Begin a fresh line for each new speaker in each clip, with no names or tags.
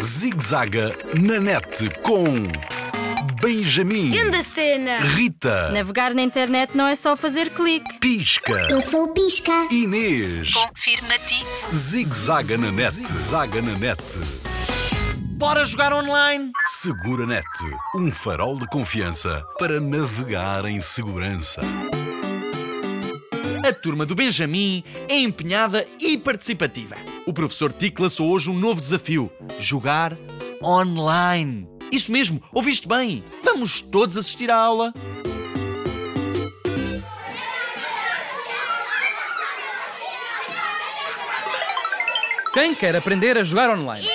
Zigzaga na net com Benjamin,
Grande cena!
Rita,
Navegar na internet não é só fazer clique.
Pisca,
Eu sou o Pisca.
Inês.
Confirmativo.
Zigzaga na net, zaga na net.
Bora jogar online.
Segura net, um farol de confiança para navegar em segurança.
A turma do Benjamin é empenhada e participativa. O professor Tic lançou hoje um novo desafio: jogar online. Isso mesmo, ouviste bem? Vamos todos assistir à aula.
Quem quer aprender a jogar online?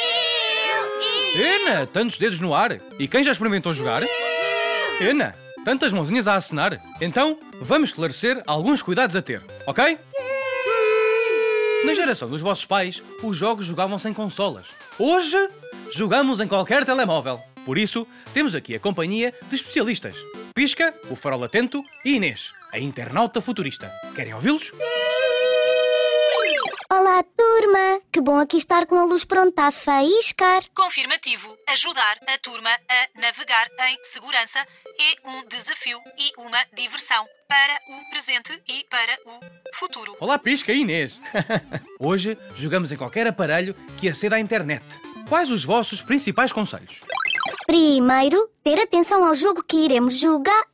Ena, tantos dedos no ar. E quem já experimentou jogar? Ena, tantas mãozinhas a acenar. Então, vamos esclarecer alguns cuidados a ter, ok? Na geração dos vossos pais, os jogos jogavam-se em consolas. Hoje, jogamos em qualquer telemóvel. Por isso, temos aqui a companhia de especialistas. Pisca, o farol atento e Inês, a internauta futurista. Querem ouvi-los?
Olá, turma. Que bom aqui estar com a luz pronta a faíscar.
Confirmativo. Ajudar a turma a navegar em segurança é um desafio e uma diversão para o presente e para o futuro.
Olá, Pisca e Inês! Hoje jogamos em qualquer aparelho que aceda à internet. Quais os vossos principais conselhos?
Primeiro, ter atenção ao jogo que iremos jogar.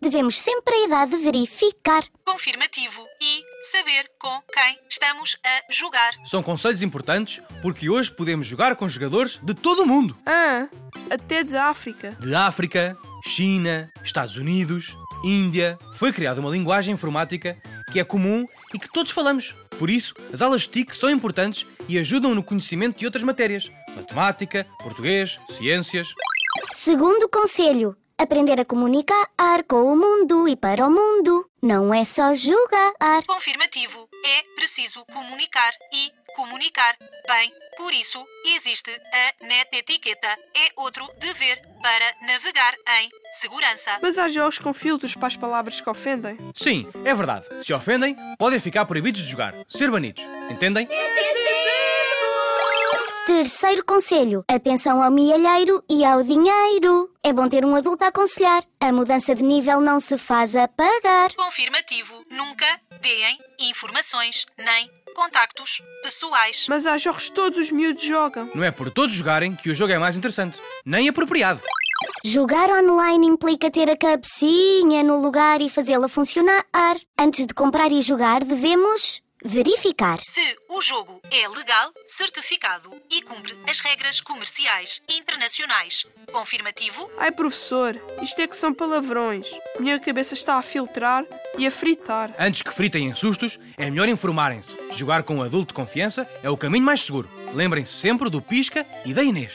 Devemos sempre a idade verificar.
Confirmativo. E saber com quem estamos a jogar.
São conselhos importantes porque hoje podemos jogar com jogadores de todo o mundo:
Ah, até de África.
de África, China, Estados Unidos, Índia. Foi criada uma linguagem informática que é comum e que todos falamos. Por isso, as aulas TIC são importantes e ajudam no conhecimento de outras matérias: matemática, português, ciências.
Segundo conselho, aprender a comunicar com o mundo e para o mundo. Não é só jogar.
Confirmativo. É preciso comunicar e comunicar bem. Por isso, existe a net etiqueta. É outro dever para navegar em segurança.
Mas há jogos com filtros para as palavras que ofendem.
Sim, é verdade. Se ofendem, podem ficar proibidos de jogar, ser banidos. Entendem?
Terceiro conselho, atenção ao mielheiro e ao dinheiro. É bom ter um adulto a aconselhar. A mudança de nível não se faz a pagar.
Confirmativo. Nunca deem informações nem contactos pessoais.
Mas há jogos que todos os miúdos jogam.
Não é por todos jogarem que o jogo é mais interessante, nem apropriado.
Jogar online implica ter a cabecinha no lugar e fazê-la funcionar. Antes de comprar e jogar, devemos verificar.
Se o jogo é legal, certificado e cumpre as regras comerciais internacionais. Confirmativo?
Ai, professor, isto é que são palavrões. Minha cabeça está a filtrar e a fritar.
Antes que fritem em sustos, é melhor informarem-se. Jogar com um adulto de confiança é o caminho mais seguro. Lembrem-se sempre do Pisca e da Inês.